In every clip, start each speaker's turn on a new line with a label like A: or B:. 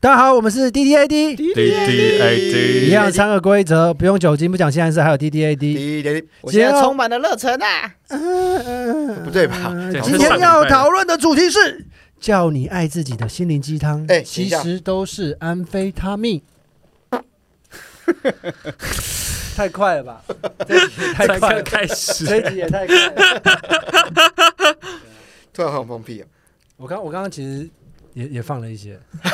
A: 大家好，我们是 D D A D，
B: 滴
C: D D A
A: 一
C: D
A: 样三个规则，不用酒精，不讲现在是，还有 D D A D。
B: 滴滴，
A: 我
B: 我
A: 现
B: 现
A: 在
B: 在
A: 充
B: 充满了热忱啊！
A: 不
B: 不对吧
C: 对
A: 今天要讨论的主题是叫你爱自己的心灵鸡汤，
B: 哎等
A: 其
B: 一下
A: 实都是安非他 命。太快了 吧！这集也太
C: 才
A: 快了吧，
C: 刚开始，
A: 这集也太快了。
B: 突然好懵逼哦。
A: 我刚我刚刚其实也也放了一些。
C: 哎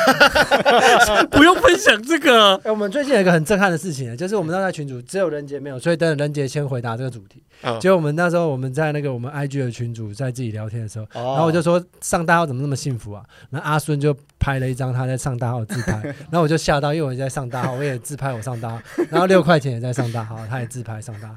C: 不用分享这个。
A: 哎，我们最近有一个很震撼的事情，啊就是我们那在群主只有人杰没有，所以等人杰先回答这个主题。
B: 嗯
A: 结果我们那时候我们在那个我们 IG 的群主在自己聊天的时候，
B: 然
A: 然后我就说上大号怎么那么幸福啊？然后阿孙就拍了一张他在上大号的自 拍，然后我就吓到，因为我也在上大号，我也自拍我上大号，然后六块钱也在上大号，他也自拍上大号。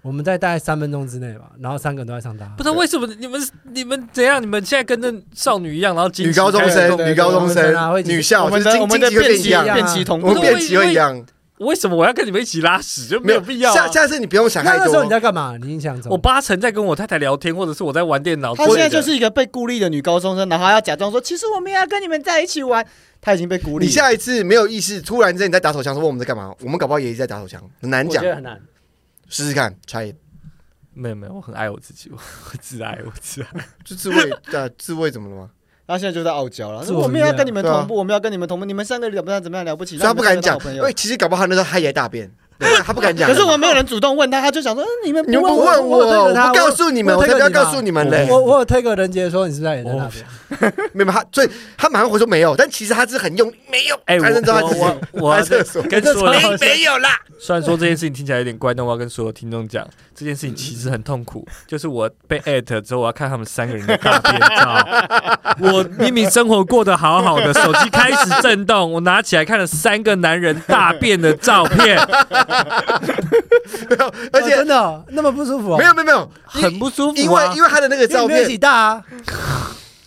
A: 我们在大概三分钟之内吧，然后三个人都在上大号
C: 不。知道为什么你们你们怎样？你们现在跟那少女一样，然后矜持
B: 女高中
C: 开始
B: 生
C: 动，
B: 女高中
A: 对对对会
B: 生，
A: 紧
B: 女校，
D: 我们
B: 就是
D: 的
B: 经
D: 我们的
B: 经济会变
D: 变
B: 一
D: 级
B: 样，
D: 变级同
B: 我
D: 步
B: 们，变级会一样，
C: 为什么我要跟你们一起拉屎？就没有必要
B: 下
C: 啊。
B: 下次你不用想
A: 那
B: 太
A: 那时候你
B: 多。
A: 在干嘛？你印象中？
C: 我八成在跟我太太聊天，或者是我在玩电脑之
D: 她
C: 类的。
D: 现在就是一个被孤立的女高中生，然后还要假装说，其实我们也要跟你们在一起玩。她已经被孤立
B: 你
D: 了，
B: 下一次没有意识，突然之间你在打手枪，说我们在干嘛？我们搞不好也在打手枪，很难
A: 我
B: 讲
A: 觉。得很难。
B: 试试看，try it，
C: 没有没有，我很爱我自己，我我自爱我自爱。
B: 就自慰，对啊，自慰怎么了吗？
D: 她现在就在傲娇了。
A: 自
D: 说
A: 我
D: 我们要跟你们
B: 对啊
D: 同步，我们要跟你们同步，你们三个怎么样怎么样了不起？
B: 所以他不敢讲
D: 让，你
B: 因
D: 们
B: 为其实搞不好他那时候他也在大便，对他不敢
D: 当
B: 讲。
D: 好朋友可是我们没有人主动问她，她就想说，嗯你们
B: 你们不
D: 我
B: 问
A: 我我
B: 我，
A: 我
B: 我
A: 我
B: 不告诉你们，
A: 我
B: 我才不要
A: 我
B: 告诉你们嘞。
A: 我我有推给人杰说你是不是也在那边？
B: 没有他，所以他马上回说没有，但其实他是很用没有，
C: 哎，
B: 他认知道他
C: 我
B: 自己
C: 我我
B: 在
C: 要
B: 厕所，
C: 跟所
A: 这
C: 有
A: 超好
C: 人，
A: 笑
B: 没有啦。
C: 虽然说这件事情听起来有点怪，但我要跟所有听众讲，这件事情其实很痛苦。 就是我被艾特之后，我要看他们三个人的大便照。 我明明生活过得好好的，手机开始震动，我拿起来看了三个男人大便的照片，
B: 而且
A: 哦真的哦那么不舒服哦？
B: 没有没有没有，
C: 很不舒服、啊。
B: 因为因为他的那个
A: 因为
B: 照
A: 你没有
B: 片
A: 一起，大啊。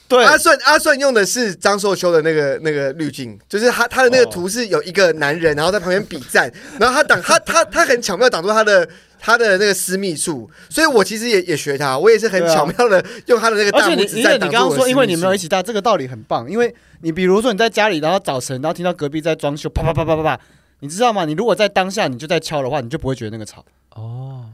D: 对
B: 阿顺阿顺用的是张硕修的那个那个滤镜，就是他他的那个图是有一个男人，然后在旁边比赞， 然后他挡他他他很巧妙挡住他的。他的那个私密处，所以我其实也也学他，我也是很
D: 对啊
B: 巧妙的用他的那个
D: 而
B: 大
D: 且你，
B: 拇指
D: 因
B: 在
D: 为
B: 挡
D: 你
B: 住
D: 刚
B: 我
D: 刚
B: 的
D: 说，因为
B: 私密
D: 你没有
B: 处
D: 一起搭，这个道理很棒。因为你比如说你在家里，然后早晨，然后听到隔壁在装修，啪啪啪啪啪啪，你知道吗？你如果在当下你就在敲的话，你就不会觉得那个吵。
A: 哦，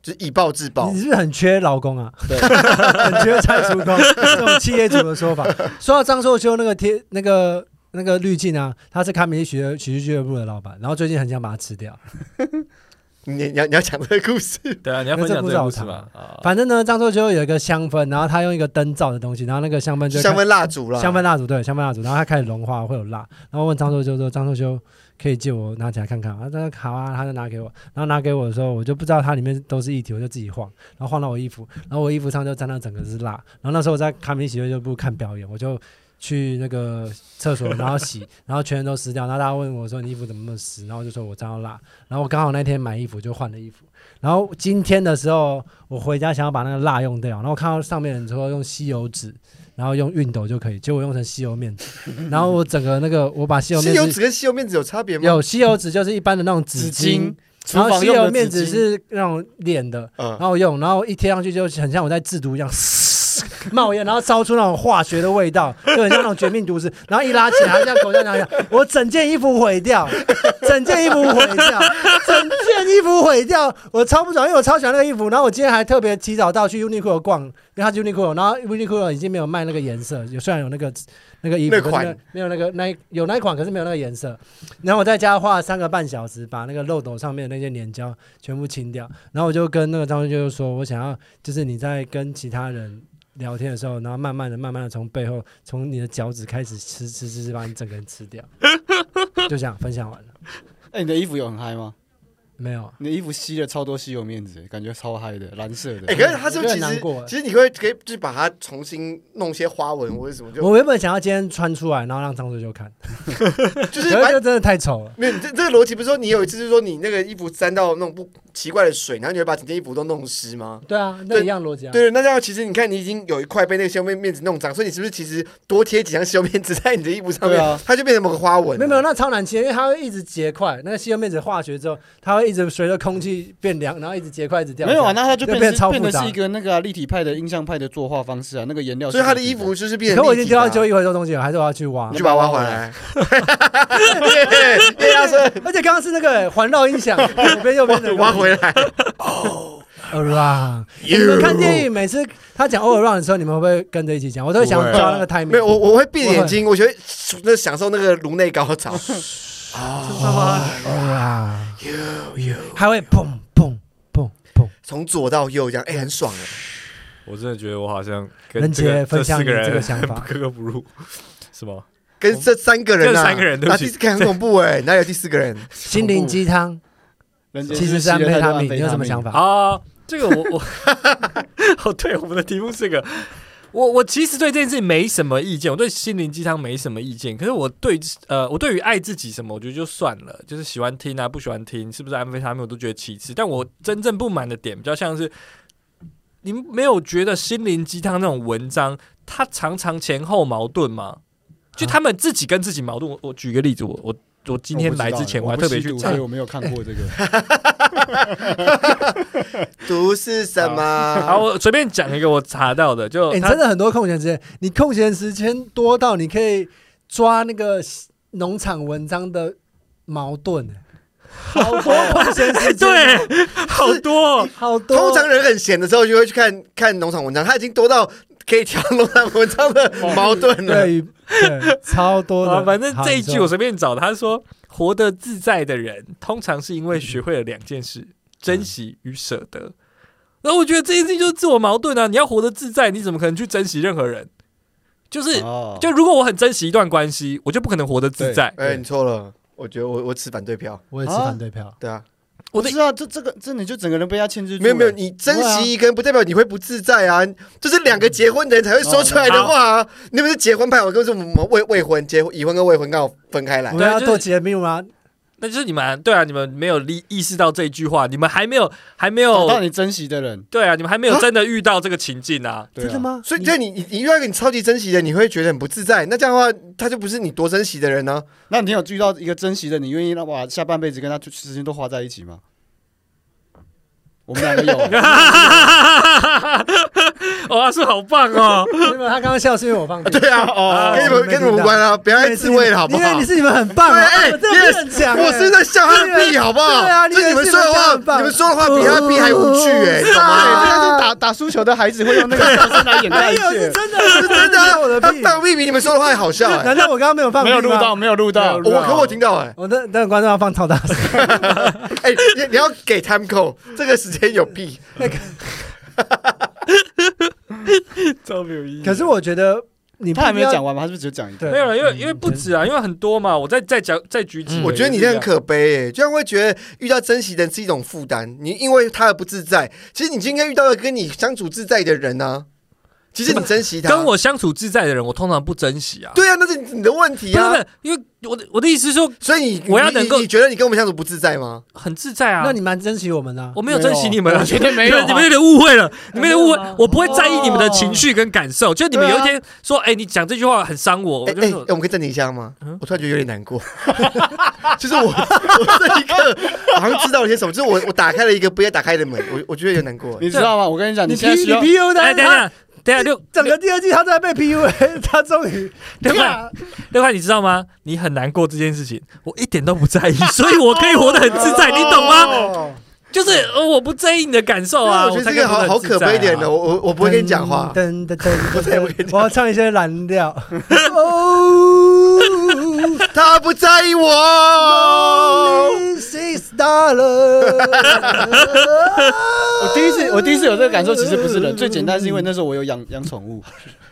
B: 就是以暴制暴
A: 你，是不是很缺老公啊？
D: 对
A: 很缺蔡叔公这种企业主的说法。说到张硕修那个贴那个那个滤镜啊，他是卡米利学喜剧俱乐部的老板，然后最近很想把它吃掉。
B: 你你要你要讲这个故事，
C: 对啊，你要分享这个故事吗？啊，
A: 反正呢，张硕修有一个香氛，然后他用一个灯罩的东西，然后那个香 氛就
B: 香氛蜡烛啦，
A: 香氛蜡烛，对，香氛蜡烛，然后它开始融化，会有蜡。然后问张硕修说：“张硕修，可以借我拿起来看看吗？”他说：“好啊。”他就拿给我，然后拿给我的时候，我就不知道它里面都是液体，我就自己晃，然后晃到我衣服，然后我衣服上就沾到整个是蜡。然后那时候我在卡米喜乐俱乐部看表演，我就去那个厕 所，然后洗，然后全身都湿掉。然后大家问我说：“你衣服怎么那么湿？”然后我就说我沾到蜡。然后我刚好那天买衣服就换了衣服。然后今天的时候，我回家想要把那个蜡用掉，然后看到上面人说用吸油纸，然后用熨斗就可以，结果我用成吸油 面纸，然后我整个那个我把吸油
B: 吸
A: 面
B: 油
A: 纸
B: 纸跟吸油面纸有差别吗？
A: 有吸油纸就是一般的那种纸巾，，然
D: 厨
A: 后
D: 房
A: 吸
D: 用
A: 油
D: 的
A: 面纸
D: 纸巾
A: 是那种脸的，
B: 嗯
A: 然，后我用，然后一贴上去就很像我在制毒一样， 冒烟，然后烧出那种化学的味道，就很像那种绝命毒师，然后一拉起来，像口罩拿下，我整件衣服毁掉，整件衣服毁掉，整件衣服毁掉，我超不爽，因为我超喜欢那个衣服，然后我今天还特别提早到去 Uniqlo 逛，因为它是 Uniqlo，然后 Uniqlo 已经没有卖那个颜色，有虽然有那个。那个衣服
B: 那款
A: 可是没有没有那个那一有那一款，可是没有那个颜色。然后我在家花了三个半小时，把那个漏斗上面的那些粘胶全部清掉。然后我就跟那个张文就说，我想要就是你在跟其他人聊天的时候，然后慢慢的、慢慢的从背后从你的脚趾开始吃吃吃吃，把你整个人吃掉。就这样分享完了，
D: 哎，你的衣服有很嗨吗？
A: 没有啊？
D: 你的衣服吸了超多吸油面纸，感觉超嗨的，蓝色的
B: 哎、。可是他是
A: 我觉
B: 不是
A: 得很
B: 其
A: 难过
B: 实
A: 哎
B: 其实你会可以就是把它重新弄些花纹或者什么，就
A: 我原本想要今天穿出来，然后让张文就看，
B: 就是
A: 可
B: 反
A: 是
B: 正
A: 就真的太丑了。
B: 没有你这这个逻辑不是说你有一次是说你那个衣服沾到那种不奇怪的水，然后你会把整件衣服都弄湿吗？
A: 对啊，那一样逻辑啊。
B: 对，那这样其实你看你已经有一块被那个修面面纸弄脏，所以你是不是其实多贴几张修面纸在你的衣服上
D: 对
B: 面，
D: 啊
B: 它就变成某个花纹？
A: 没有没有，，那超难切，因为它会一直结块。那个吸油面纸化学之后，它会一直随着空气变凉，然后一直结块，一直掉下
D: 没
A: 来。
D: 有啊，那它就
A: 就
D: 变
A: 变超
D: 成变
A: 复
D: 成
A: 杂
D: 是一个那个啊立体派的印象派的作画方式啊，那个颜料是立体。
B: 所以他的衣服就是变
A: 可
B: 成
A: 我已
B: 立
A: 经
B: 体
A: 丢
B: 的啊。 啊
A: 到九一回收东西了，还是我要去挖
B: 你？去把它挖回来。耶耶压声，
A: 而且刚刚是那个环绕音 响，左边右边的
B: 挖回来。
A: around。你们看电影，每次他讲 all around 的时候，你们会不会跟着一起讲？我都会想
C: 不会
A: 抓那个 timing。
B: 没有，我我会闭着眼睛，我觉得那享受那个颅内高潮。
A: around，还会砰砰砰砰。
B: 从左到右这样，哎、很爽哎、
C: 我真的觉得我好像跟
A: 仁
C: 这个
A: 杰分享
C: 这
A: 你
C: 四个人
A: 这个想 法，
C: 格格不入， 是吗？
B: 跟这三个人、啊，
C: 这三个人对不
B: 啊，
C: 起
B: 第四个很恐怖哎、哪有第四个人？
A: 心灵鸡汤
D: 人家
A: 其实是安
D: 吸了
A: 非
D: 太
A: 他
D: 多
A: 命，你有什么想
D: 法？
A: 法？
C: 啊，这个我 我哦，对，我们的题目是这个。我我其实对这件事情没什么意见，我对心灵鸡汤没什么意见。可是我对呃，我对于爱自己什么，我觉得就算了，就是喜欢听啊，不喜欢听，是不是安非他命我都觉得其次。但我真正不满的点，比较像是你们没有觉得心灵鸡汤那种文章，它常常前后矛盾吗？就他们自己跟自己矛盾。我我举个例子，我我我今天来之前，我
D: 我
C: 还特别去
D: 所
C: 查
D: 以哎我没有看过这个。
B: 毒是什
C: 好，
B: 么？
C: 我随便讲一个我查到的，就
A: 哎，你
C: 他
A: 真的很多空闲时间，你空闲时间多到你可以抓那个农场文章的矛盾，好 多空闲时间，
C: 对，好多哦、
A: 好多。
B: 通常人很闲的时候就会去看看农场文章，他已经多到可以调农场文章的矛盾了。
A: 对对，超多
C: 啊，
A: 的。
C: 反正这一句我
A: 好
C: 随便找的，他说活得自在的人，通常是因为学会了两件事：珍惜与舍得。然后我觉得这件事情就是自我矛盾啊！你要活得自在，你怎么可能去珍惜任何人？就是，
D: 哦
C: 就如果我很珍惜一段关系，我就不可能活得自在。
B: 哎、你错了，我觉得我我持反对票。
A: 我也是
D: 啊
A: 反对票。
B: 对啊，
C: 我
D: 我
C: 的
D: 知道这这个这你就整个人被他牵制住了。
B: 没有没有，你珍惜一个人不代表你会不自在啊，就是两个结婚的人才会说出来的话啊。你们是结婚派，我跟是我们未未婚、结婚已婚跟未婚刚好分开来
A: 我。们要
C: 就是
A: 做节目啊吗？
C: 那就是你们对啊，你们没有意意识到这一句话，你们还没有还没
D: 找到
C: 有
D: 你珍惜的人，
C: 对啊，你们还没有真的遇到这个情 境啊。
D: 对啊
A: 真的？吗？
B: 所以，就你你你遇到一个你超级珍惜的人，你会觉得很不自在。那这样的话，他就不是你多珍惜的人呢、啊
D: 那你有遇到一个珍惜的，你愿意让把下半辈子跟他时间都花在一起吗？我们两个有，啊
C: 哇，是好棒哦！
A: 没有，他刚刚笑是因为我放屁。
B: 对啊，哦，跟你们
A: 没听
B: 跟你们无
A: 到
B: 关啊，不要
A: 因
B: 再
A: 为是
B: 自
A: 你
B: 慰
A: 们
B: 了，好不
A: 因为
B: 好
A: 你？是你们很棒啊，
B: 对哎
A: 我真的不能讲欸。
B: 我是在笑他的屁，好不好？
A: 对啊你
B: 就
A: 也
B: 你们
A: 是
B: 说的
A: 这
B: 话，
A: 样吧
B: 你们说的话比他的屁还无趣哎，懂吗？
D: 对，但是打打输球的孩子会用那个笑声来掩盖
A: 没
D: 一
A: 有哎是
D: 切。
A: 真的，是
B: 是真的啊
A: 我的，
B: 他
A: 屁。
B: 放屁比你们说的话还好笑哎，
A: 难道我刚刚没有放屁
D: 没
A: 吗
D: 有录到，？啊没有录到。
B: 我可我听到哎，
A: 我的那观众要放超大声，
B: 哎，你你要给 time code，这个时间有屁，
C: 超没有意义
A: 可是我觉得你
D: 他还没
A: 有
D: 有讲完吗？他是不是只有讲一个？
A: 对
C: 没有了，因为因为
A: 嗯
C: 不止啊，因为很多嘛。我再再讲再举几个，
B: 我觉得你这很可悲哎，居然会觉得遇到珍惜的人是一种负担，你因为他而不自在，其实你就应该遇到了跟你相处自在的人啊，其实你珍惜他，
C: 跟我相处自在的人，我通常不珍惜啊。
B: 啊对啊，那是你的问题
C: 不是
B: 啊
C: 不，是，因为我的我的意思是说
B: 所以你
C: 我要
B: 你
C: 能够
B: 你你觉得你跟我们相处不自在吗？
C: 很自在啊。
A: 那你蛮珍惜我们的啊。
C: 我没有珍惜你们啊
D: 我。觉得没有啊。
C: 你们有点误会了，你们有点误
A: 没有
C: 会
A: 啊。
C: 我不会在意你们的情绪跟感受，就你们有一天说，哎，你讲这句话很伤我，我
B: 哎
C: 就
B: 哎、
C: 说
B: 哎我们可以暂停一下吗？
C: 嗯
B: 我突然觉得有点难过， 就是我我这一刻好像知道了些什么，就是我我打开了一个不该打开的门，我我觉得有点难过。
D: 你知道吗？我跟你讲，
A: 你 P
D: 现在需
A: 你
D: 要
A: PU 的，
C: 哎，等一
A: 他
C: 下，等一下，六
A: 整个第二季他都在被 PU，他终于
C: 对吧
A: 吧？
C: 六块，你知道吗？你很难过这件事情，我一点都不在意， 所以我可以活得很自在，你懂吗？
B: 哦
C: 就是呃我不在意你的感受啊，
B: 我觉得
C: 才
B: 这个好好可悲一点
C: 的
B: 的，。我我我不会跟你讲话。
A: 噔噔噔噔，我要唱一些蓝调。 哦。
B: 他不在意
A: Oh,
B: 我，
A: Six dollar。
D: 我第一次，我第一次有这个感受，其实不是 人。最简单是因为那时候我有养养宠 物，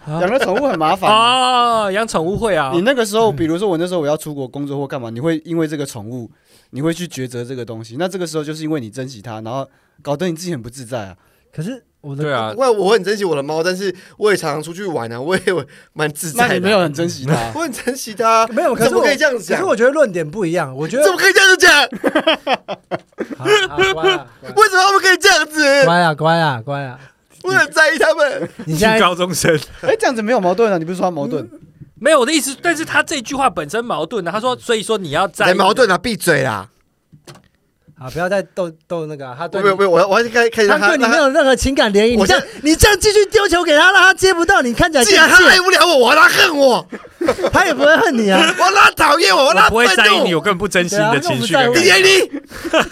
C: 啊
D: 养了宠物很麻烦嘛。
C: 哦，养宠物会啊
D: 你，那个时候，比如说我那时候我要出国工作或干嘛，你会因为这个宠物，你会去抉择这个东西。那这个时候就是因为你珍惜它，然后搞得你自己很不自在啊。
A: 可是我的
C: 对啊，
B: 我 我很珍惜我的猫，但是我也常常出去玩啊，我也我蛮自在
D: 那
B: 的。，
D: 你没有，很珍惜它
B: 我很珍惜它。
A: 没有，可
B: 怎
A: 是
B: 么
A: 我
B: 可以这样子
A: 可
B: 讲
A: 是？我觉得论点不一样，我觉得
B: 怎么可以这样子讲？
A: 好好乖啊
B: 为什么他们可以这样子？
A: 乖啊乖啊乖啊！
B: 我很在意他们。
A: 你现在
C: 高中生
D: 哎，这样子没有矛盾啊？你不是说它矛盾？
C: 没有我的意思，但啊
B: 哎
C: 是他这句话本身矛盾的。他说，所以说你要在
B: 才
C: 意
B: 矛，盾啊！闭嘴啦！
A: 啊！不要再逗逗那个啊、他对
B: 没有
A: 你
B: 没有，我要我要开开始让
A: 他对你没
B: 让
A: 有任何情感涟漪，
B: 我
A: 你这样你这样继续丢球给他，让他接不到，你看起来
B: 既然
A: 更
B: 他
A: 贱
B: 爱不了我，我让他恨我，
A: 他也不会恨你 啊。
B: 我让他讨厌我，我让
C: 我
B: 他
C: 不会在
B: 愤
C: 意你，
B: 怒。
C: 我根本不珍惜你的情绪
A: 对啊
C: 跟
A: 我不
C: 感
A: 在
B: 你眼
A: 乎
C: 情。
B: 里，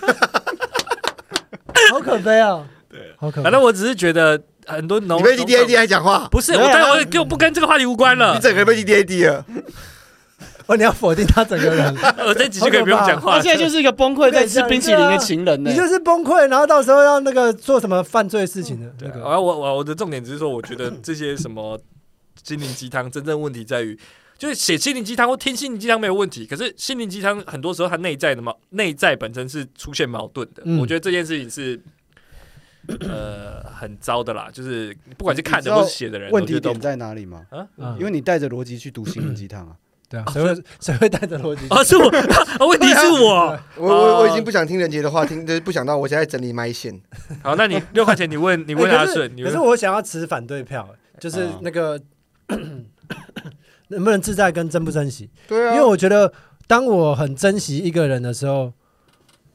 A: 好可悲哦。对，好可悲。
C: 反正我只是觉得很多农
B: 你被 D D A D 还讲话，
C: 不是，
D: 没
C: 我
D: 有啊
C: 但我就不跟这个话题无关
B: 你
C: 了。
B: 整个人被 D D A D 了。
A: 哦，你要否定他整个人，
C: 我这集就可以不用讲话
D: 他
C: 了。
D: 现在就是一个崩溃在吃冰淇淋的情人呢、
A: 你就是崩溃，然后到时候要那个做什么犯罪事情的那
C: 对
A: 个。
C: 啊，我我我的重点只是说，我觉得这些什么心灵鸡汤，真正问题在于，就是写心灵鸡汤或听心灵鸡汤没有问题，可是心灵鸡汤很多时候它内在的嘛，内在本身是出现矛盾的。
A: 嗯
C: 我觉得这件事情是。呃，很糟的啦，就是不管是看
D: 你知
C: 的
D: 道
C: 或是写的人，
D: 问
C: 我
D: 题
C: 觉得
D: 点
C: 都啊
D: 在哪里吗？
A: 嗯
D: 因为你带着逻辑去读心灵鸡汤啊，
A: 对啊，谁会谁会带着逻辑？
C: 啊，是我， 啊问题是我。
B: 我我我已
C: 哦
B: 经不想听人杰的话，听就是不想到我现在整理麦线。
C: 好，那你六块钱，你问，你问
A: 欸
C: 阿
A: 可是
C: 顺，你
A: 可
C: 问
A: 是我想要持反对票，就是
C: 啊
A: 那个 能不能自在跟珍不珍惜。
B: 对啊
A: 因为我觉得，当我很珍惜一个人的时候，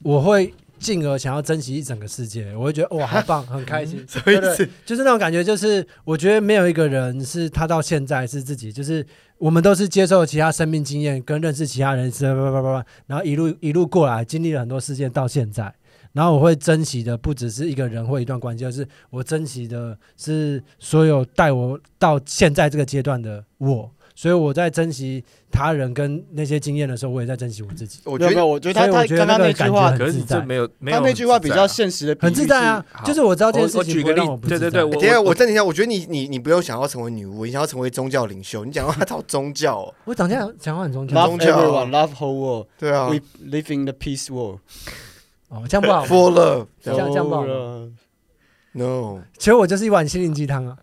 A: 我会进而想要珍惜一整个世界。我会觉得哇，好棒，很开心。
B: 什么意
A: 对
B: 思？
A: 就是那种感觉，就是我觉得没有一个人是他到现在是自己，就是我们都是接受其他生命经验跟认识其他人，是叭叭叭叭叭，然后一路一路过来，经历了很多事件到现在。然后我会珍惜的不只是一个人或一段关系，而是我珍惜的是所有带我到现在这个阶段的我。所以我在珍惜他人跟那些经验的时候，我也在珍惜我自己。
B: 我
D: 没有
B: 觉
D: 没
B: 得
D: 有，我觉得他
A: 所以
D: 他
A: 我觉得
D: 刚刚
A: 那个
D: 那句
A: 感觉
D: 话
A: 很，
C: 可是你
A: 自
C: 这
A: 在
C: 没有没有
D: 他
C: 很自在啊，
D: 那句话比较现实的比喻，
A: 很自在啊，
C: 好
A: 就是我知道这件
C: 我
A: 事
C: 我举
A: 情不会
C: 个例
A: 让我不
C: 对
A: 自
C: 对
A: 在
C: 对，我
B: 等一下我
C: 我
B: 暂停一下，我觉得你你你不用想要成为女巫，你想要成为宗教领袖，你讲话到宗教哦，
A: 我长这样讲话很啊中间
D: Love
B: 宗教
D: everyone, love whole world,
B: 对
A: Oh.
B: 啊
D: we live in the peace world。
A: 哦，这样不好。
B: ，for love，这
A: 这
D: 啊
B: 样
A: 样这样不好吗
B: no，
A: 其实我就是一碗心灵鸡汤啊。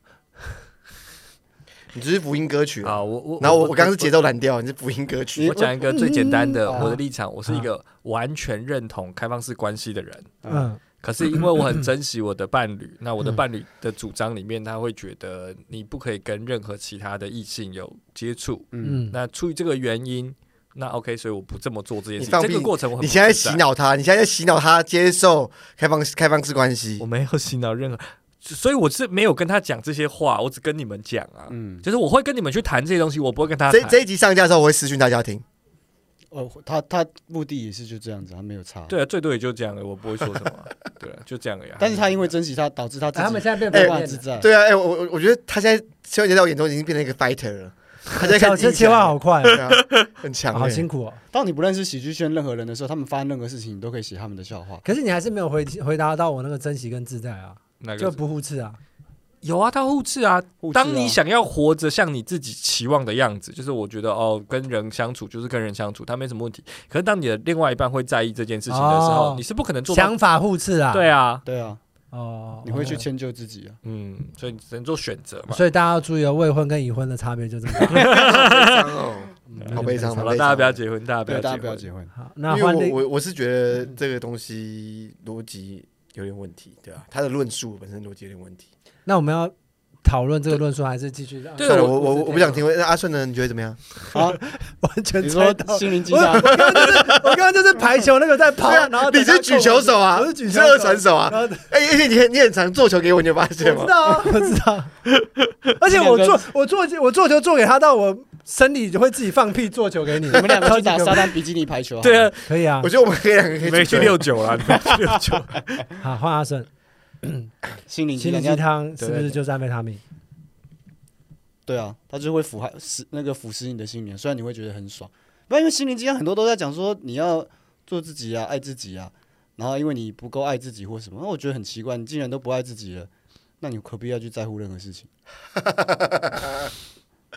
B: 你只是福音歌曲。
C: 啊，我我
B: 然后我我刚刚是节奏蓝调，你是福音歌曲
C: 我。讲一个最简单的，
D: 嗯
C: 我的立场，我是一个完全认同开放式关系的人。
D: 嗯，
A: 嗯，
C: 可是因为我很珍惜我的伴侣，那
B: 嗯
C: 我的伴侣的主张里面，他会觉得你不可以跟任何其他的异性有接触。
D: 嗯，
A: 嗯，
C: 那出于这个原因，那 OK，所以我不这么做这件事
B: 你
C: 情。
B: 放
C: 这
B: 屁
C: 个过程我很
B: 你现在
C: 不自
B: 洗
C: 在，
B: 脑他，你现在在洗脑他接受开放开放式关系
C: 我。没有洗脑任何，所以我是没有跟他讲这些话，我只跟你们讲啊。
D: 嗯，
C: 就是我会跟你们去谈这些东西，我不会跟他
B: 这
C: 谈。
B: 这一集上架之后，我会私讯大家听。
D: 哦，他他目的也是就这样子，他没有差。，
C: 对啊，最多也就这样了，我不会说什么啊。对啊，就这样 而已啊。
D: 但是他因为珍惜他，导致他自
A: 哎他们
D: 己
A: 现在变
D: 没
A: 反
D: 办法
A: 面
D: 自
A: 了，
D: 在。
B: 对啊，哎、我我我觉得他现在邱杰在我眼中已经变成一个 fighter 了，他现在
A: 小
B: 看
A: 这切换好快哦，
B: 对啊，很强、
A: 好
B: 欸。
A: 辛苦哦。
D: 当你不认识喜剧圈任何人的时候，他们发生任何事情，你都可以写他们的笑话。
A: 可是你还是没有回回答到我那个珍惜跟自在啊，
C: 那
A: 就
C: 个
A: 不互斥啊。
C: 有啊，他互斥啊。
D: 互斥啊
C: 当你想要活着像你自己期望的样子，就是我觉得哦，跟人相处就是跟人相处，他没什么问题。可是当你的另外一半会在意这件事情的时候，
A: 哦
C: 你是不可能做到。
A: 想法互斥啊。
C: 对啊，
D: 对啊，
A: 哦，
D: 你会去
A: 哦。
D: 迁就自己啊。
C: 嗯，所以你只能做选择嘛。
A: 所以大家要注意哦，未婚跟已婚的差别就这么大。嗯
B: 伤哦，好悲伤，
C: 好啊
B: 好
C: 了，
B: 悲伤。
C: 大家不要结婚，大家不
D: 对，啊
C: 要
D: 大家不要
C: 结
D: 结婚。
A: 好，那
B: 因
A: 换
B: 为
A: 另
B: 我我我是觉得这个东西逻辑有点问题，对吧、他的论述本身逻辑有点问题。
A: 那我们要讨论这个论述，还是继续让？
C: 对
B: 算了，
C: 我
B: 我我
C: 我
B: 我我不想听。那阿顺呢？你觉得怎么样？
D: 啊，
A: 完全猜
D: 你说
A: 到。
D: 心灵鸡汤，
A: 我刚刚就是排球那个在跑，啊 然后
B: 啊你
A: 等他
B: 是举球手啊，
A: 我是举球
B: 你是二传手啊
A: 然。后
B: 哎、而且你很你很常做球给我，你有发现
A: 我
B: 吗
A: 知？道啊，我知道。而且我做我做我做球做给他，到我生理就会自己放屁做球给你。
D: 你们两个去打
A: 超级可
D: 沙滩比基尼排球好
C: 婚。
D: 了。
C: 对啊，
A: 可以啊
B: 我。觉得我们可以两个可
C: 你
B: 以
C: 们
B: 去啊
C: 去六九 了，你们去六九。
A: 好，换阿顺，
D: 心灵鸡
A: 心灵
D: 汤
A: 鸡
D: 要。
A: 汤是不是就是安非他命？
D: 对啊，它就会腐害使那个腐蚀你的心灵，虽然你会觉得很爽，不然因为心灵鸡汤很多都在讲说你要做自己啊，爱自己啊，然后因为你不够爱自己或什么，那我觉得很奇怪，你竟然都不爱自己了，那你何必要去在乎任何事情？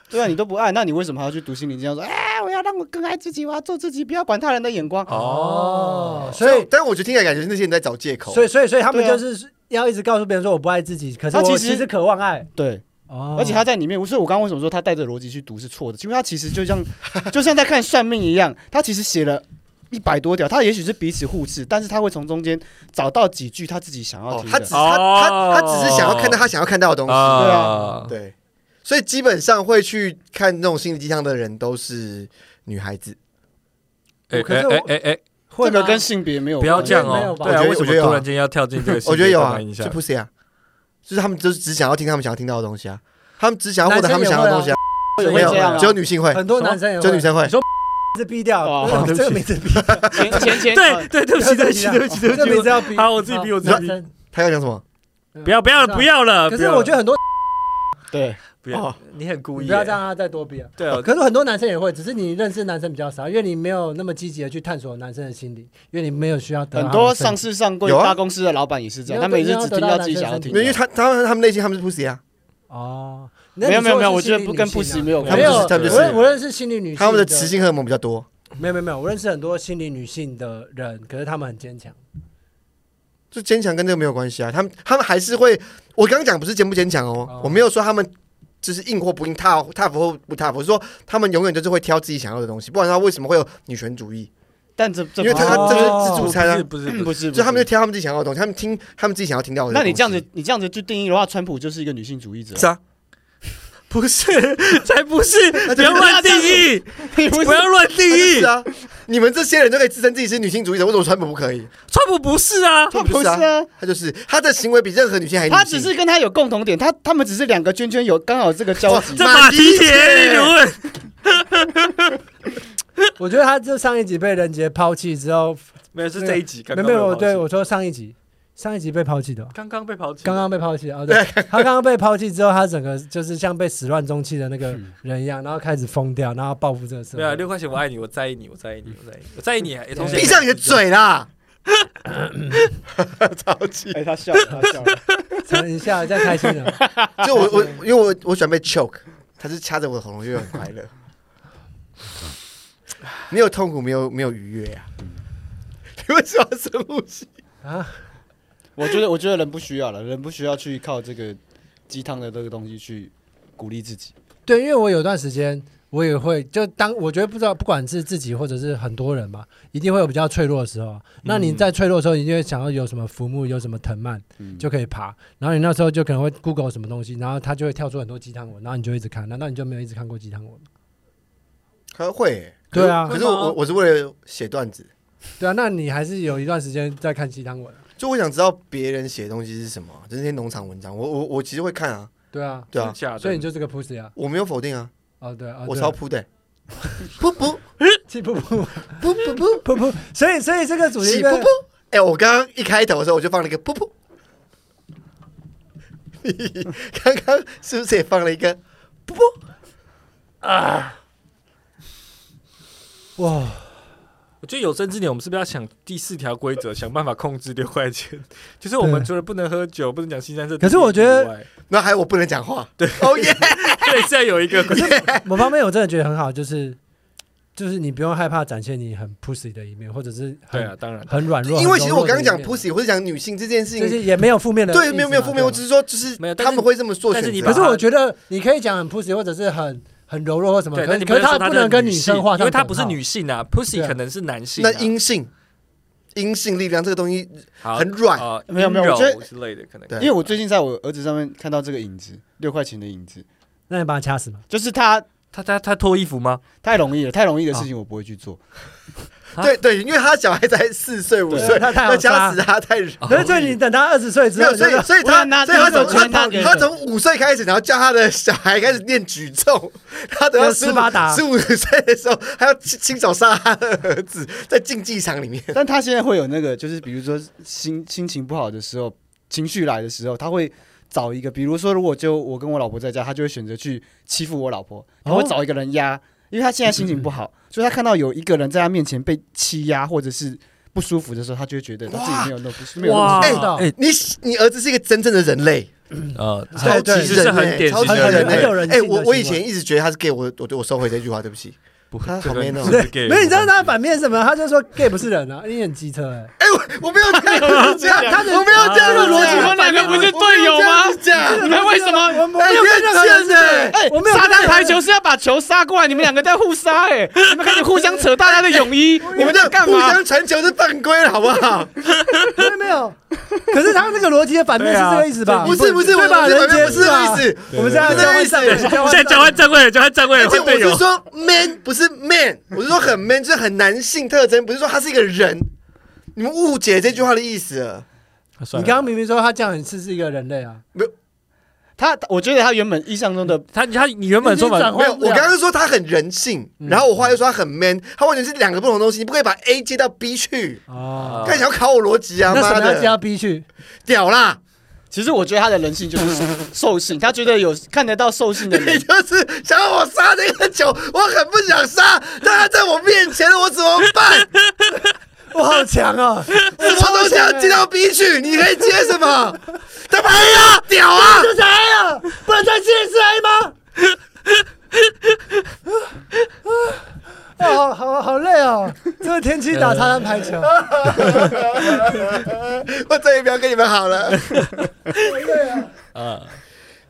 D: 对啊，你都不爱，那你为什么还要去读心灵鸡汤说，哎，我要让我更爱自己，我要做自己，不要管他人的眼光。
A: 哦，所
B: 所以
A: 以，
B: 但我觉得听起来感觉是那些人在找借口。
A: 所以所以所以他们
D: 对啊
A: 就是要一直告诉别人说我不爱自己，可是
D: 他
A: 我
D: 其实
A: 其实渴望爱。
D: 对，
A: 哦，
D: 而且他在里面，所以我刚刚为什么说他带着逻辑去读是错的？因为他其实就像 就像在看算命一样，他其实写了一百多条，他也许是彼此互斥，但是他会从中间找到几句他自己想要
B: 哦
D: 听，
B: 他
D: 的。
B: 只是他他他只是想要看到他想要看到的东西。
D: 对
C: 啊
D: 啊，
B: 对，所以基本上会去看那种心理鸡汤的人都是女孩子。
C: 哎
A: 可
C: 哎
A: 是我
C: 哎哎哎，
A: 会
D: 这个
A: 吗
D: 跟性别没有
C: 不要
D: 关
C: 这样
A: 没有
C: 哦。
A: 吧
C: 对啊，为
B: 我
C: 什
B: 觉得
C: 么
B: 有啊
C: 突然间要跳进这个性别
B: 我觉得有啊，
C: 刻板印
B: 是
C: 象？
B: pussy 啊，就是他们就是只想要听他们想要听到的东西啊，他们只想要获得他
A: 男生
B: 们
A: 也
B: 想要的东西啊，
A: 会
D: 也
B: 没有
D: 这样啊，
B: 只有女性会，
A: 很多男生也
B: 只有女
A: 会
B: 生会
C: 你，说
A: 是逼掉
D: 哦
A: 这个
C: 对不起
A: 这个名字逼，
D: 前前前
C: 对对，对不 起，对不起，对不起，对
A: 这个
C: 不
A: 名字
C: 起。
A: 要逼。
C: 好我自己逼我自己
A: 男
C: 逼
A: 生嗯
B: 他要讲什么？
C: 我不要不要啊不要了！
A: 可是我觉得很多，
D: 对，
C: 不要
B: 哦，
C: 你很故
A: 你
C: 意。
A: 不要让他再多逼啊。
C: 对啊，
A: 可是很多男生也会，只是你认识男生比较少，因为你没有那么积极的去探索男生的心理，因为你没有需要得到
D: 很
A: 他
D: 多啊
A: 们的
D: 上市上柜
B: 有啊
D: 大公司的老板也是这样，他们也是只听到自己想要听
B: 没有因为
D: 的。
B: 他他们他们内心他们是 pussy 啊，
A: 哦，那
D: 没有
A: 你
D: 没有
A: 说
D: 没有，
A: 是
D: 我觉
A: 心
D: 得
A: 理
D: 不跟
A: 女性
D: pussy
A: 啊
D: 没有
B: 他
D: 关
A: 没
B: 们
D: 系
A: 有，
B: 就是他们就是
A: 我认我认识心理女性，
B: 他们的雌性荷尔蒙比较多，
A: 没有没有没有，我认识很多心理女性的人，可是他们很坚强。
B: 就坚强跟这个没有关系啊。他们他们还是会，我刚刚讲不是坚不坚强
A: 哦
B: 哦，我没有说他们就是硬或不硬，踏踏服或不踏服，我是说他们永远就是会挑自己想要的东西，不然他为什么会有女权主义？
D: 但这这
B: 因为
D: 不
B: 他
D: 是
B: 他这个是自
A: 哦
B: 助餐啊，
C: 不是不是，
D: 嗯不是，
B: 所以他们就
D: 就
B: 挑他们自己想要的东西，他们听他们自己想要听到的东
D: 那
B: 西。
D: 你这样子，你这样子去定义的话，川普就是一个女性主义 者。
B: 是啊，
C: 不是，才不是！不要乱定义，
D: 你不
C: 不要乱定义
B: 是。啊，你们这些人都可以自称自己是女性主义者，为什么川普不可以？
C: 川普不是啊，
D: 他不
B: 不
D: 是
B: 是啊
D: 啊，
B: 他就是他的行为比任何女性还女性。
D: 他只是跟他有共同点，他他们只是两个圈圈有刚好这个交集。
C: 这
B: 马
C: 马蹄
B: 蹄
C: 铁
B: 铁
C: 理论。
A: 我觉得他就上一集被人杰抛弃之后，
C: 没有，是这一集刚
A: 没
C: 刚
A: 有没有，我
C: 被抛
A: 对
C: 弃
A: 我说上一集，上一集被抛弃的哦，
C: 刚刚被抛弃，
A: 刚刚被抛弃哦，对，他刚刚被抛弃之后，他整个就是像被始乱终弃的那个人一样，然后开始疯掉，然后报复这个社
C: 没有啊
A: 会。
C: 六块钱，我爱你，我在意你，我在意你，我在意你，我在意你。哎同学，
B: 闭上你的！嘴 啦！超气！
D: 哎，他笑了，他笑了。
A: 想一下，这样开心了。
B: 就我我因为我我喜欢被 choke，他是掐着我的喉咙，就很快乐。没有痛苦，没有没有愉悦啊！你为什么要深呼吸？
D: 我觉得，我觉得人不需要了，人不需要去靠这个鸡汤的这个东西去鼓励自己。
A: 对，因为我有段时间我也会，就当我觉得不知道，不管是自己或者是很多人嘛，一定会有比较脆弱的时候啊。那你在脆弱的时候，你就会想要有什么浮木，有什么藤蔓
D: 嗯，
A: 就可以爬。然后你那时候就可能会 Google 什么东西，然后它就会跳出很多鸡汤文，然后你就一直看。难道你就没有一直看过鸡汤文吗？
B: 他会欸、
A: 对啊
B: 可是我我我是为了写段子，
A: 对啊，那你还是有一段时间在看鸡汤文啊。
B: 就我想知道别人写的东西是什么，就是那些农场文章。我我我其实会看啊，
A: 对啊，
B: 对
C: 真
B: 啊
C: 的，假的，
A: 所以你就是个 pussy 啊。
B: 我没有否定啊，
A: 哦，对啊，
B: 我
A: 对
B: 超扑的欸、噗噗
A: 气噗噗
B: 噗噗噗，
A: 噗噗。所以，所以这个主题
B: 喜
A: 跟
B: 噗噗。哎、我刚刚一开头的时候我就放了一个噗 噗，你刚刚是不是也放了一个噗噗？
A: 哇，
C: 我觉得有生之年，我们是不是要想第四条规则，想办法控制六块钱？就是我们
A: 对
C: 除了不能喝酒，不能讲新三色，
A: 可是我觉得
C: 以外，
B: 然后还有我不能讲话，对，哦耶，
C: 对，现在有一个，
A: 某方面我真的觉得很好，就是就是你不用害怕展现你很 pussy 的一面，或者是很
C: 对啊，当然，
A: 很软弱。
B: 因为其
A: 很
B: 实
A: 柔弱
B: 我
A: 的
B: 刚刚
A: 一
B: 讲
A: 面
B: pussy 或者讲女性这件事
A: 就是
B: 情，
A: 也没有负面的意思嘛，
B: 对，没有没有负面，
A: 对
B: 我
A: 吧
B: 只是说就是
C: 没有但是
B: 他们会这么做
C: 但是
B: 选
C: 你
B: 择
A: 可
B: 啊。
A: 是我觉得你可以讲很 pussy，或者是很很柔弱或什么，
C: 对，
A: 可
C: 但
A: 是
C: 你
A: 可是
C: 他
A: 他不能跟女生画上等号，
C: 因为他不是女性啊，pussy
A: 对啊
C: 可能是男性啊，
B: 那阴性，阴性力量这个东西
C: 好
B: 很软，
C: 呃
D: 没有没有
C: 阴柔
D: 我觉得
C: 之类的可能，
B: 对
D: 因为我最近在我儿子上面看到这个影子，六块钱的影子，
A: 那你把他掐死嘛？
D: 就是他
C: 他他他脱衣服吗？
D: 太容易了，太容易的事情我不会去做。
C: 啊
B: 对对，因为他小孩才四岁五
A: 对
B: 岁，
A: 他太好
B: 要掐死他太软。
A: 可是就你等他二十岁之
B: 哦没
A: 后，
B: 有，
A: 你就
B: 所以
A: 说
B: 所以
D: 我要
B: 他
D: 拿
B: 所以他
D: 这个
B: 从他
D: 圈套给
B: 从他从五岁开始，然后叫他的小孩开始练举重，他等到
A: 要
B: 十
A: 斯巴达
B: 五十五岁的时候，还要亲亲手杀他的儿子，在竞技场里面。
D: 但他现在会有那个，就是比如说心心情不好的时候，情绪来的时候，他会找一个，比如说如果就我跟我老婆在家，他就会选择去欺负我老婆，他会找一个人压，因为他现在心情不好，所以他看到有一个人在他面前被欺压或者是不舒服的时候，他就会觉得他自己没有那么不舒没有那么
C: 哇，
A: 哎到
C: 哎
B: 你你儿子是一个真正的人类，
C: 呃，
A: 对
B: 超
A: 对
B: 级
C: 其实是
B: 人
C: 很
B: 类，
C: 典
B: 超
C: 型
B: 级
C: 的
A: 很
B: 人
A: 很有
B: 类。
A: 人性
B: 哎，
A: 的
B: 我
A: 行
B: 我
A: 为
B: 以前一直觉得他是 gay，我我我收回这句话，对不起。
C: 不
B: 他好
C: 这个
B: man 哦
C: 不是 gay
A: 没有，你知道他反面是什么？他就说 gay 不是人啊，你很机车哎。
B: 哎，我没有这样子讲，
A: 他的
B: 我没有这样
A: 他
B: 子
A: 的逻辑
E: 你们
B: 讲，
E: 两个不是队友吗？
B: 讲
E: 你，们为什么？
B: 哎，变贱哎！
E: 哎，
A: 我没有
E: 沙滩
A: 跟
E: 排球是要把球杀
D: 哎
E: 过来，你们两个在互杀，哎，你们开始互相扯大家的泳 衣，
B: 你
E: 你
B: 们
E: 们
B: 这
E: 在
B: 样
E: 干
B: 互
E: 嘛？
B: 相传球是犯规了，好不好？
A: 没有没有，可是他那个逻辑的反面是这个意思吧？
B: 不是不是，我
A: 对吧？
B: 我
A: 人杰
B: 不是这个意，思。
A: 我们这样
B: 不是这个意
A: 这
B: 思
A: 样交换上
C: 现在交换站位了，交换站位
B: 而
C: 了，
B: 且
C: 换队
B: 我
C: 友
B: 是。说 man，不是 man，我是说很 man，就是很男性特征，不是说他是一个人。你们误解这句话的意思了。
A: 你刚刚明明说他这样你是是一个人类啊，
D: 他我觉得他原本印象中的
C: 他他你原本说
A: 你已经转
C: 法
A: 换
B: 没有，
A: 不了
B: 我刚刚说他很人性，然后我话又说他很 man，他完全是两个不同的东西，你不可以把 A 接到 B 去。
C: 啊呃
A: 哦，
B: 看你要考我逻辑啊，
A: 那什
B: 妈
A: 么要
B: 的，
A: 加 B 去？
B: 屌啦！
D: 其实我觉得他的人性就是兽性，他觉得有看得到兽性的
B: 你
D: 人，
B: 就是想要我杀这个球，我很不想杀，但他在我面前了，我怎么办？
A: 我好强啊！
B: 什么东西要接到 B 去？你可以接什么？他妈呀，屌啊！
A: 这是 A 啊，不然再接一次 A 吗？啊啊啊！好好好累哦，这个天气打沙滩排球，好
B: 我再也不要跟你们好了。
A: 累啊！
C: 啊。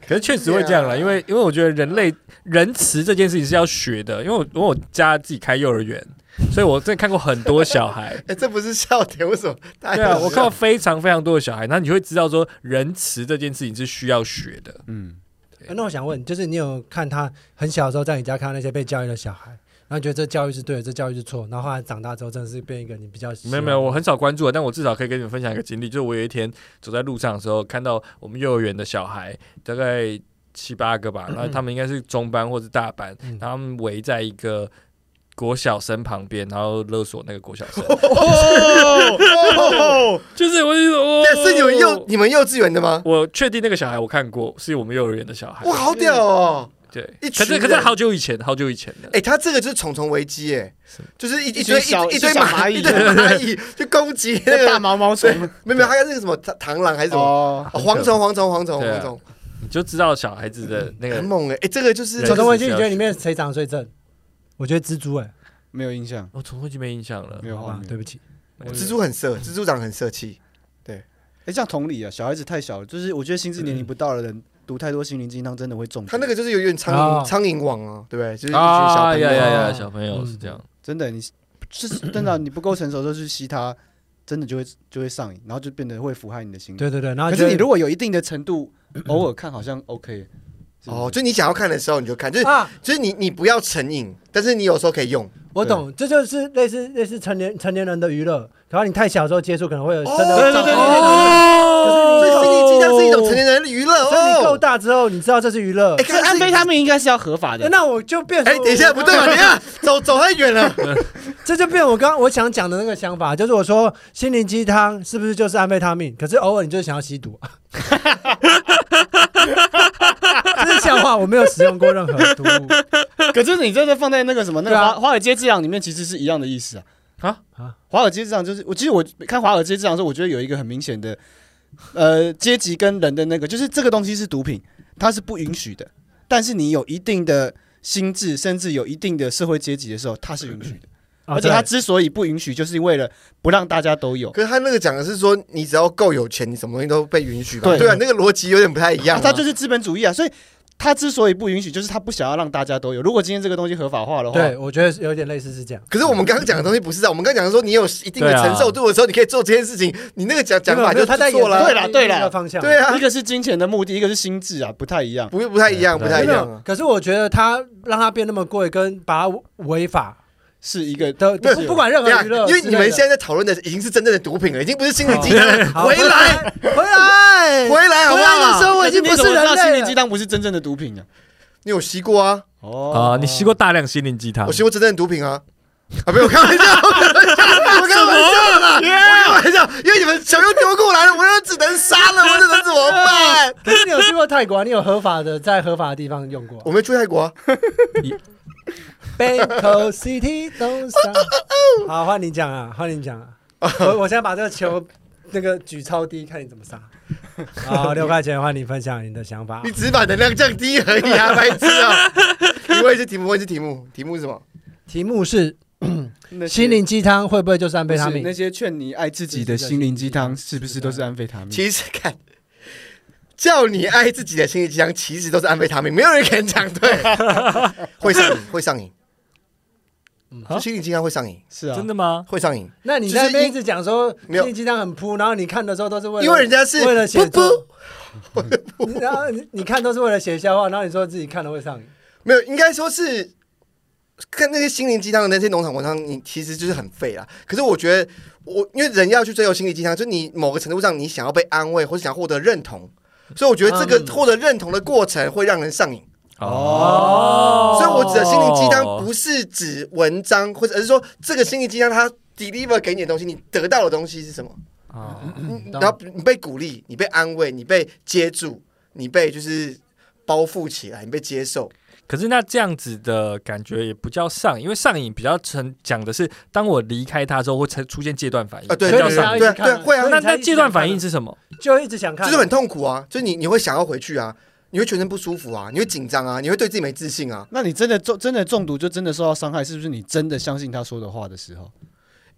C: 可是确实会这样了，因为因为我觉得人类仁慈这件事情是要学的，因为我因为我家自己开幼儿园，所以我真的看过很多小孩，
B: 哎、这不是笑点，为什么大家？
C: 对啊，我看到非常非常多的小孩，那你会知道说仁慈这件事情是需要学的。
D: 嗯，
A: 哎那我想问，就是你有看他很小的时候在你家看到那些被教育的小孩，然后你觉得这教育是对的，这教育是错，然后后来长大之后真的是啊变一个你比较喜欢
C: 没有没有，我很少关注，但我至少可以跟你们分享一个经历，就是我有一天走在路上的时候，看到我们幼儿园的小孩，大概七八个吧，然后他们应该是中班或是大班，
A: 嗯
C: 然后他们围在一个国小生旁边，然后勒索那个国小生，
B: 哦，
C: 就是我就说哦
B: 那是你们幼你们幼稚园的吗？
C: 我确定那个小孩我看过，是我们幼儿园的小孩
B: 哇，。好屌哦！
C: 对
B: 一，
C: 可
B: 群
C: 是可是
B: 人
C: 好久以前，好久以前的
B: 哎、。他这个就是虫虫危机，哎，就是一一
D: 一群
B: 堆
D: 小
B: 一一堆
D: 一群小蚂蚁
B: 一堆蚂蚁就攻击那
D: 那大
B: 个，
D: 毛毛
B: 对
D: 虫，
B: 没有没有，他那个什么螳螳螂 还是什么？
D: 哦，
B: 哦蝗虫，蝗虫，蝗虫，
C: 对啊
B: 蝗虫，
C: 你就知道小孩子的那
B: 很
C: 个。
B: 猛哎！哎，这个就是
C: 对
A: 虫虫危机，
C: 这
A: 你
C: 是
A: 觉得里面谁长得最正？我觉得蜘蛛哎、
D: 没有印象，
C: 我从头就没印象了
D: 没。有
A: 好
D: 画
A: 吧
D: 面，。
A: 对不起，
B: 蜘蛛很色，蜘蛛长得很色气。
D: 哎，这样同理啊，小孩子太小了，就是我觉得心智年龄不到的人读太多心灵鸡汤真的会中毒。
B: 他那个就是有点苍
A: 啊
B: 蝇苍蝇网啊，对不对？就是一群小
C: 啊
B: 朋
C: 呀
B: 友嗯
C: 呀呀！
A: 啊
C: 小朋友是这样。
D: 真的你是真的啊你不够成熟的时候去吸它，真的就会就会上瘾，然后就变得会腐害你的心理。
A: 对对对，然后
D: 可
A: 觉
D: 是
A: 得
D: 你如果有一定的程度，偶尔看好像 OK。是不是
B: 哦，就你想要看的时候你就看，就是
A: 啊，
B: 就是你你不要成瘾，但是你有时候可以用。
A: 我懂，这就是类似类似成年成年人的娱乐，然后你太小的时候接触可能会有真的
B: 哦
A: 会
B: 对
A: 造
B: 对对
A: 成
B: 对对
C: 哦
B: 所以心理鸡汤是一种成年人的娱乐
A: 所以你够
B: 哦。
A: 大之后，你知道这是娱乐
B: 哎，，
D: 可是
B: 看
D: 安非
B: 是
D: 他命应该是要合法
A: 哎
D: 的，
A: 那我就变
B: 哎，等一下，不 对吧？等一下，走走太远了。
A: 这就变我刚我想讲的那个想法，就是我说心灵鸡汤是不是就是安非他命？可是偶尔你就是想要吸毒，啊 这是笑话，我没有使用过任何毒物。
D: 可是你这个放在那个什么那个
A: 对
D: 华、
A: 啊
D: 华尔街之狼里面，其实是一样的意思啊。
C: 啊
A: 啊！
D: 华尔街之狼就是我，其实我看华尔街之狼的时候，我觉得有一个很明显的，呃，阶级跟人的那个，就是这个东西是毒品，它是不允许的。但是你有一定的心智，甚至有一定的社会阶级的时候，它是允许的。
A: 哦啊
D: 而且它之所以不允许，就是为了不让大家都有。
B: 可是他那个讲的是说，你只要够有钱，你什么东西都被允许吧？
D: 对
B: 对啊，那个逻辑有点不太一样
D: 啊
B: 啊。
D: 它就是资本主义啊，所以它之所以不允许，就是它不想要让大家都有。如果今天这个东西合法化的话，
A: 对，我觉得有点类似是这样。
B: 可是我们刚刚讲的东西不是这样，我们刚刚讲的说你有一定的
C: 对啊
B: 承受度的时候，你可以做这件事情。你那个讲讲
A: 没有
B: 法
A: 没有
B: 就
A: 他在
B: 错了
A: 演
B: 啊，
D: 对啦对啦
A: 那个方向。
B: 对啊
D: 一，个是金钱的目的，一个是心智啊，不太一样。
B: 不不太一样，不
C: 对
B: 太一
A: 没
B: 样
A: 有
B: 啊。，
A: 可是我觉得他让他变那么贵，跟把它违法
D: 是一个
A: 的
B: 没有
A: 不不管任
B: 对啊
A: 何娱乐之类的，
B: 因为你们现在在讨论的已经是真正的毒品了，已经不是心灵鸡汤了。
A: 好
B: 回来，
A: 回来哎
B: 回来好不
A: 回来的时
B: 好？
D: 啊
A: 候我已经不啊
D: 可
A: 是
D: 你怎么知道
A: 人
D: 心
A: 类
D: 灵鸡
A: 了。
D: 汤不是真正的毒品啊。
B: 你有吸过啊？
D: 哦
C: 啊，你吸过大量心灵鸡汤
B: 我？吸过真正的毒品啊！啊，没有，我开玩笑，我开玩笑，我开玩笑啦，我开玩笑，因为你们球又丢过来了，我又只能杀了，我只能怎么办？
A: 可是你有去过泰国啊？你有合法的在合法的地方用过
B: 我没去泰国啊，
A: ？Bangkok City 东
B: 哦
A: 山。好，换你讲啊，换你讲啊。我我现在把这个球那个举超低，看你怎么 杀。好，六块钱换你分享你的想法
B: 你。只是把能量降低而已啊，白痴啊！你问一次题目，问一次题目，题目是什么？
A: 题目是
D: 那些
A: 心灵鸡汤会不会就是安非他
D: 不是
A: 命
D: 那？些劝你爱自己的心灵鸡汤，是不是都是安非他命？
B: 其实看，叫你爱自己的心理鸡汤，其实都是安非他命，没有人敢讲 对，会上瘾，会上瘾。
A: 嗯
B: 就心理鸡汤会上瘾，
D: 是啊，
C: 真的吗？
B: 会上瘾，
A: 那你
B: 就是
A: 在那边
B: 因
A: 一直讲说
B: 没有
A: 心灵鸡汤很扑，然后你看的时候都是为了，
B: 因为人家是
A: 为了写
B: 不不
A: 作，然后你你看都是为了写笑话，然后你说自己看了会上瘾。
B: 没有，应该说是看那些心灵鸡汤的那些农场文章，你其实就是很废啦。可是我觉得我因为人要去追求心灵鸡汤，就是你某个程度上你想要被安慰，或者想获得认同，所以我觉得这
A: 嗯
B: 个获得认同的过程会让人上瘾。
D: 哦
B: 所以我指的心灵鸡汤不是指文章，或者而是说这个心灵鸡汤它 deliver 给你的东西，你得到的东西是什么？
C: 哦
B: 嗯
A: 懂
B: 然后你被鼓励，你被安慰，你被接住，你被就是包覆起来，你被接受。
C: 可是那这样子的感觉也不叫上瘾，因为上瘾比较成讲的是，当我离开它之后会出出现戒断反应，
B: 啊对
C: 才
A: 所以你
C: 叫上
A: 才
C: 瘾。
A: 一
B: 对
A: 直
B: 啊对啊
A: 看，
B: 会啊
A: 所以
C: 那
A: 你才
C: 那
A: 一直
C: 戒
A: 想
C: 断
A: 看
C: 反应
A: 的
C: 是什么？
A: 就一直想看，
B: 就是很痛苦啊，就是你你会想要回去啊，你会全身不舒服啊，你会紧张啊，你会对自己没自信啊。
D: 那你真的中真的中毒就真的受到伤害，是不是？你真的相信他说的话的时候，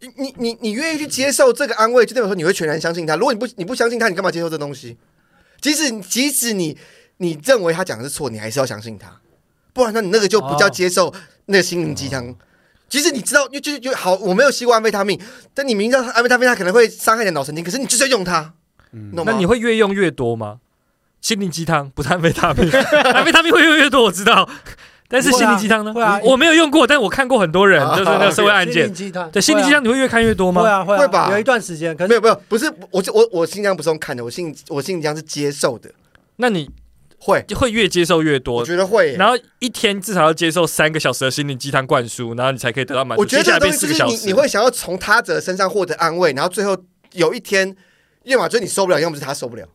B: 你你你你愿意去接受这个安慰，就代表说你会全然相信他。如果你不你不相信他，你干嘛接受这东西？即使你即使你你认为他讲的是错，你还是要相信他，不然那你那个就不叫接受那个心灵鸡汤。即使你知道，就就就好，我没有吸过安非他命，但你明知道安非他命它可能会伤害你的脑神经，可是你就是要用它，
D: 嗯
B: 你懂吗？
C: 那你会越用越多吗？心灵鸡汤不是安非他 命，安非他命会越用越多，我知道。 但是心灵鸡汤呢？
A: 会啊会啊
C: 我我没有用过，但我看过很多人，
B: 啊
C: 就是那个社会案
A: 心
C: 件
A: 灵。鸡汤，
C: 对，啊心灵鸡汤你会越看越多
A: 会
C: 吗？
A: 啊会啊
B: 会吧
A: 有一段时间，可
B: 没
A: 是
B: 有没有，不是我就我我新疆不是用看的，我信我信疆是接受的，
C: 那你
B: 会，
C: 会越接受越
B: 我
C: 多，
B: 觉得会耶。
C: 然后一天至少要接受三个小时的心灵鸡汤灌输，然后你才可以得到满足。
B: 我觉得
C: 接
B: 这
C: 下
B: 个
C: 来
B: 东
C: 变
B: 西
C: 四个
B: 就是
C: 小
B: 你
C: 时，
B: 你会想要从他者身上获得安慰，然后最后有一天，要么就是你受不了，要么就是他受不了，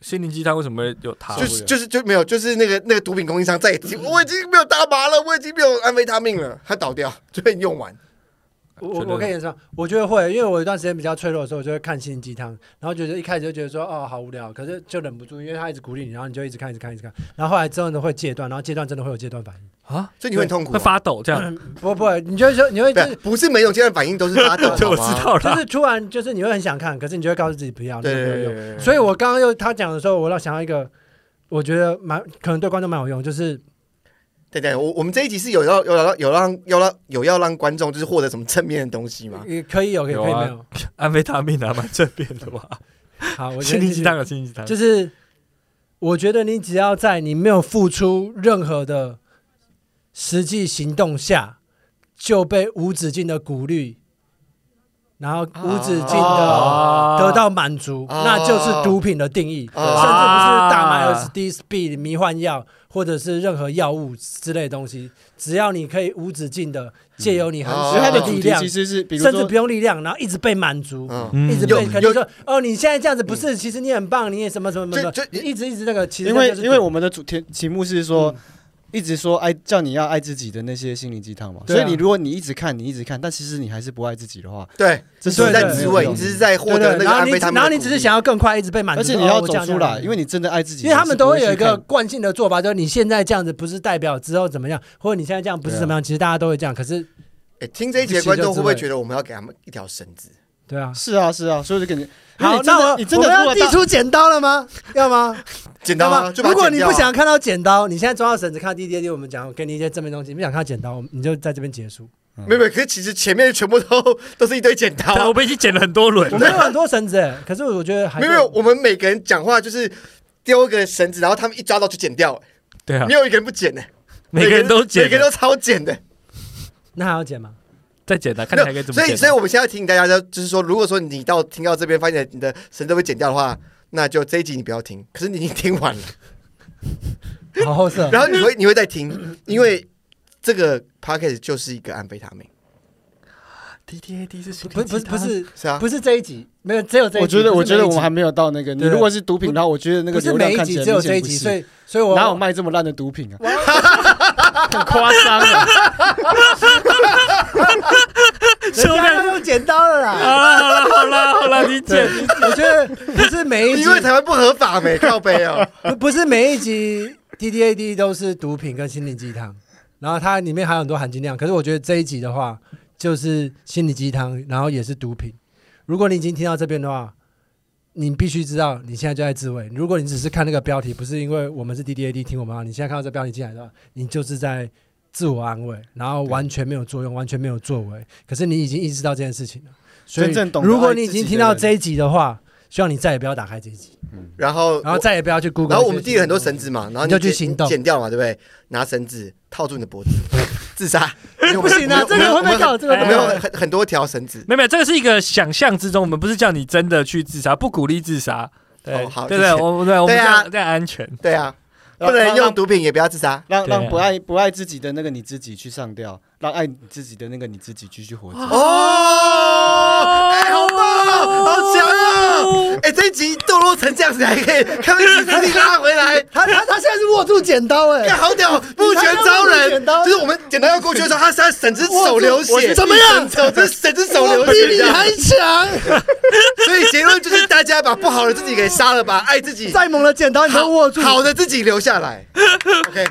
C: 心灵鸡汤为什么会有它？
B: 就
D: 不
B: 是
D: 了
B: 就是就没有，就是那个那个毒品供应商再也提我已经没有大麻了，我已经没有安非他命了，他倒掉 就被你用完。
A: 我
C: 觉
A: 我
C: 得
A: 我可以演说，我觉得会，因为我有一段时间比较脆弱的时候，我就会看心灵鸡汤，然后觉得一开始就觉得说哦好无聊，可是就忍不住，因为他一直鼓励你，然后你就一直看一直看一直看，然后后来真的会戒断，然后戒断真的会有戒断反应，
C: 啊，
B: 所以你会很痛苦
C: 会
B: 啊、
C: 发抖这样。
A: 不不，你就会说你会
B: 不
A: 就是
B: 不是每种阶段反应都是发抖，
C: 啊对，我知
B: 好
C: 道
B: 吗。
A: 就
C: 了。
A: 是突然就是你会很想看，可是你就会告诉自己不要，那
B: 对
A: 个
B: 对
A: 没有
B: 对
A: 用。
B: 对对
A: 所以我刚刚又他讲的时候，我要想到一个，我觉得蛮可能对观众蛮有用，就是
B: 对对，我我们这一集是有要有要有让有让有要让观众就是获得什么正面的东西 吗？
A: 也可以有，也可以
C: 有
A: 没
C: 啊
A: 有。
C: 安非他命啊，蛮正面的吧？
A: 好，我觉
C: 心
A: 得
C: 灵鸡汤有心灵鸡汤，
A: 就是，我觉得你只要在你没有付出任何的实际行动下，就被无止境的鼓励，然后无止境的
C: 啊
A: 得到满足，
D: 啊
B: 哦
A: 那就是毒品的定义，甚
B: 哦
A: 至不是大麻、LSD、speed、迷幻药或者是任何药物之类的东西，只要你可以无止境的借由你很
B: 哦
A: 小
D: 其实啊它
A: 的
D: 的
A: 力
D: 主题
A: 量，
D: 其实是，比如
A: 甚至
D: 说
A: 不，用力量，然后一直被满足，
B: 嗯，
C: 嗯
A: 一直
B: 有
A: 被肯定说哦，你现在这样子不是，其实你很棒，你也什么什么什么
B: 就就，
A: 你一直一直那个，其实
D: 因为
A: 那就是
D: 因为我们的主题题目是说
A: 嗯，
D: 一直说爱叫你要爱自己的那些心灵鸡汤嘛，
A: 对啊
D: 所以你如果你一直看，你一直看，但其实你还是不爱自己的话，
B: 对，
D: 这
B: 你只是
A: 对
B: 在
A: 对
B: 自
A: 对
B: 慰，你只是在获
A: 对对，
B: 得那个
A: 然后
B: 安
A: 你
B: 非
A: 只
B: 他命的
A: 然后你
B: 鼓
A: 只是
B: 励
A: 想要更快一直被满足，
D: 而且你要
A: 哦
D: 走出来，因为。
A: 我这样这样这样
D: 你真的爱自己，
A: 因为他们都会
D: 你
A: 有
D: 是
A: 一
D: 不会去
A: 个
D: 看
A: 惯性的做法，就是你现在这样子不是代表之后怎么样，或者你现在这样不是怎么样，其实大家都会这样。可是，
B: 哎，听这一集的观众会不会觉得我们要给他们一条绳子？
A: 对啊，
D: 是啊是啊，所以就感觉，因为
A: 好，
D: 你真
A: 那
D: 的
A: 我
D: 你真
A: 我
D: 的
A: 们
D: 如
A: 要
D: 果
A: 递
D: 到
A: 出剪刀了吗？要吗？
B: 剪刀
A: 要
B: 啊
A: 吗？
B: 就把它
A: 如果
B: 剪
A: 你
B: 掉
A: 不
B: 啊
A: 想看到剪刀，你现在装到绳子看到第一滴，我们讲我给你一些正面东西；你不想看到剪刀，我们你就在这边结束。
B: 没有没有，可是其实前面全部都都是一堆剪刀
C: 但我
B: 啊，
C: 们已经剪了很多轮
A: 我
C: 了
A: 们。有很多绳子欸，可是我觉得还
B: 没
A: 是
B: 有没有，我们每个人讲话就是丢一个绳子，然后他们一抓到就剪掉，
C: 对啊
B: 没，有一个人不剪的，
C: 每个人都
B: 每
C: 剪
B: 个人
C: 了，
B: 都超剪的，
A: 那还要剪吗？
C: 再剪的，看
B: 没
C: 起来可以
B: 有。
C: 怎么
B: 所
C: 剪
B: 以
C: 啊。
B: 所以我们现在提醒大家，就是说，如果说你到听到这边发现你的绳子被剪掉的话，那就这一集你不要听，可是你已经听完了，
A: 好后色。
B: 然后你会你会再听，因为这个 podcast 就是一个安非他命，
C: D T A D 是
A: 不不是不是
B: 是啊，
A: 不是这一集，没有只有这一集。
D: 我觉得
A: 不
D: 我
A: 是
D: 觉
A: 每
D: 得
A: 一
D: 我
A: 集
D: 们还没有到那个，你
A: 对
D: 如果是毒品，然后我觉得那个
A: 不是
D: 流量
A: 每一
D: 看起
A: 集
D: 来
A: 只有
D: 明显
A: 这一
D: 不
A: 集，
D: 是
A: 所以所以我
D: 哪有卖这么烂的毒品啊？
E: 很夸张 啊！
A: 人家都用剪刀了 啦。
C: 好了啊好了好了好了，你剪。
A: 我觉得不是每一集
B: 因为台湾不合法没靠背哦，
A: 不不是每一集 T D A D 都是毒品跟心灵鸡汤，然后它里面还有很多含金量。可是我觉得这一集的话，就是心理鸡汤，然后也是毒品。如果你已经听到这边的话，你必须知道你现在就在自慰。如果你只是看那个标题，不是因为我们是 D D A D 听我们啊，你现在看到这标题进来的话，你就是在自我安慰，然后完全没有作用，完全没有作为。可是你已经意识到这件事情了，所以
D: 真正懂得
A: 如果
D: 爱
A: 你已
D: 自己
A: 经
D: 的
A: 听到
D: 人
A: 这一集的话，希望你再也不要打开这一集，
B: 然后
A: 然后再也不要去 Google。
B: 然呃后我们递了很多绳子嘛，然后
A: 你就
B: 剪
A: 去行动
B: 剪掉嘛，对不对？拿绳子套住你的脖子，自杀
A: 不行啊，这个会被告，这个
B: 我
A: 会
B: 们
A: 被
B: 有
A: 告
B: 很很多条绳子。
C: 没有，没有，这个是一个想象之中，我们不是叫你真的去自杀，不鼓励自杀。对，
B: 哦好
C: 对对，
B: 谢谢
C: 我对，我们
B: 对
C: 这
B: 啊
C: 样这样安全。
B: 对啊，
D: 让
B: 不能
D: 让
B: 用毒品，也不要自杀。
D: 让
C: 对啊
D: 让不爱不爱自己的那个你自己去上吊，让爱你自己的那个你自己继续活着。
B: 哦，哎，好棒哦，好强啊！
C: 哦！
B: 哎，这一集堕落成这样子，还可以看被史蒂拉回 来。
A: 他他他现在是握住剪刀哎、
B: 看好屌，不全招人，就是我们剪刀要过去的时候，他他整只手流血，
A: 怎么样
B: 手这整只手流血，这样
A: 强，
B: 所以结论就是大家把不好的自己给杀了吧，爱自己，
A: 再猛的剪刀你都握住。
B: 好的自己留下 来。OK，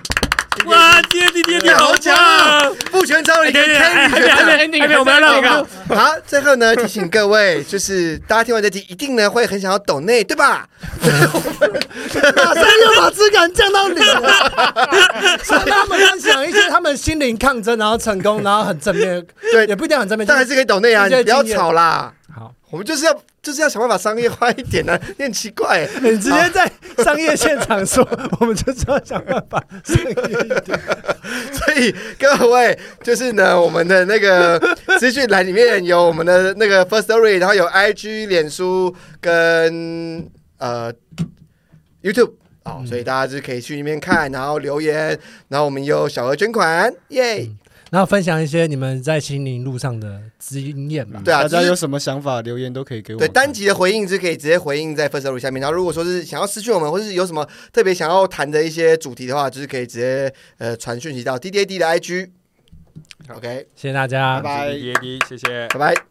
C: 哇，爹地爹
B: 你
C: 地
B: 好
C: 好
B: 强
C: 强！
B: 啊，不全招人，
C: 哎
B: 你可
C: 等
B: 以
C: 一下哎
B: 参
C: 还
B: 与
C: 没还没还没还没，我们要让我们
B: 好，最后呢，提醒各位，就是大家听完这集，一定呢会很想要抖内，对吧？
A: 马上又把质感降到零了， 所以他们要想一些他们心灵抗争，然后成功，然后很正面，
B: 对
A: 也不一定很正面，
B: 但还是可以抖内啊，
A: 这
B: 你
A: 些
B: 不要
A: 经验
B: 吵啦。
A: 好。
B: 我们就是要就是要想办法商业化一点呢、啊， 你很奇怪、 欸。
A: 你直接在商业现场说， 我们就是要想办 法商业一点。
B: 所以各位，就是呢，我们的那个资讯栏里面有我们的那个 First Story，然后有 IG、脸书跟呃 YouTube。哦，所以大家就是可以去那边看，然后留言，然后我们有小额捐款，耶！
A: 然后分享一些你们在心灵路上的经验吧。
B: 对啊
D: 大
B: 就
D: 家
B: 是
D: 有什么想法留言都可以给我
B: 对，
D: 们。
B: 单集的回应是可以直接回应在 First Story 下面。然后如果说是想要私讯我们，或者是有什么特别想要谈的一些主题的话，就是可以直接呃传讯息到 D D A D 的 I G。OK，
A: 谢谢大家，
B: 拜拜
C: 爹地，谢谢。
B: 拜拜。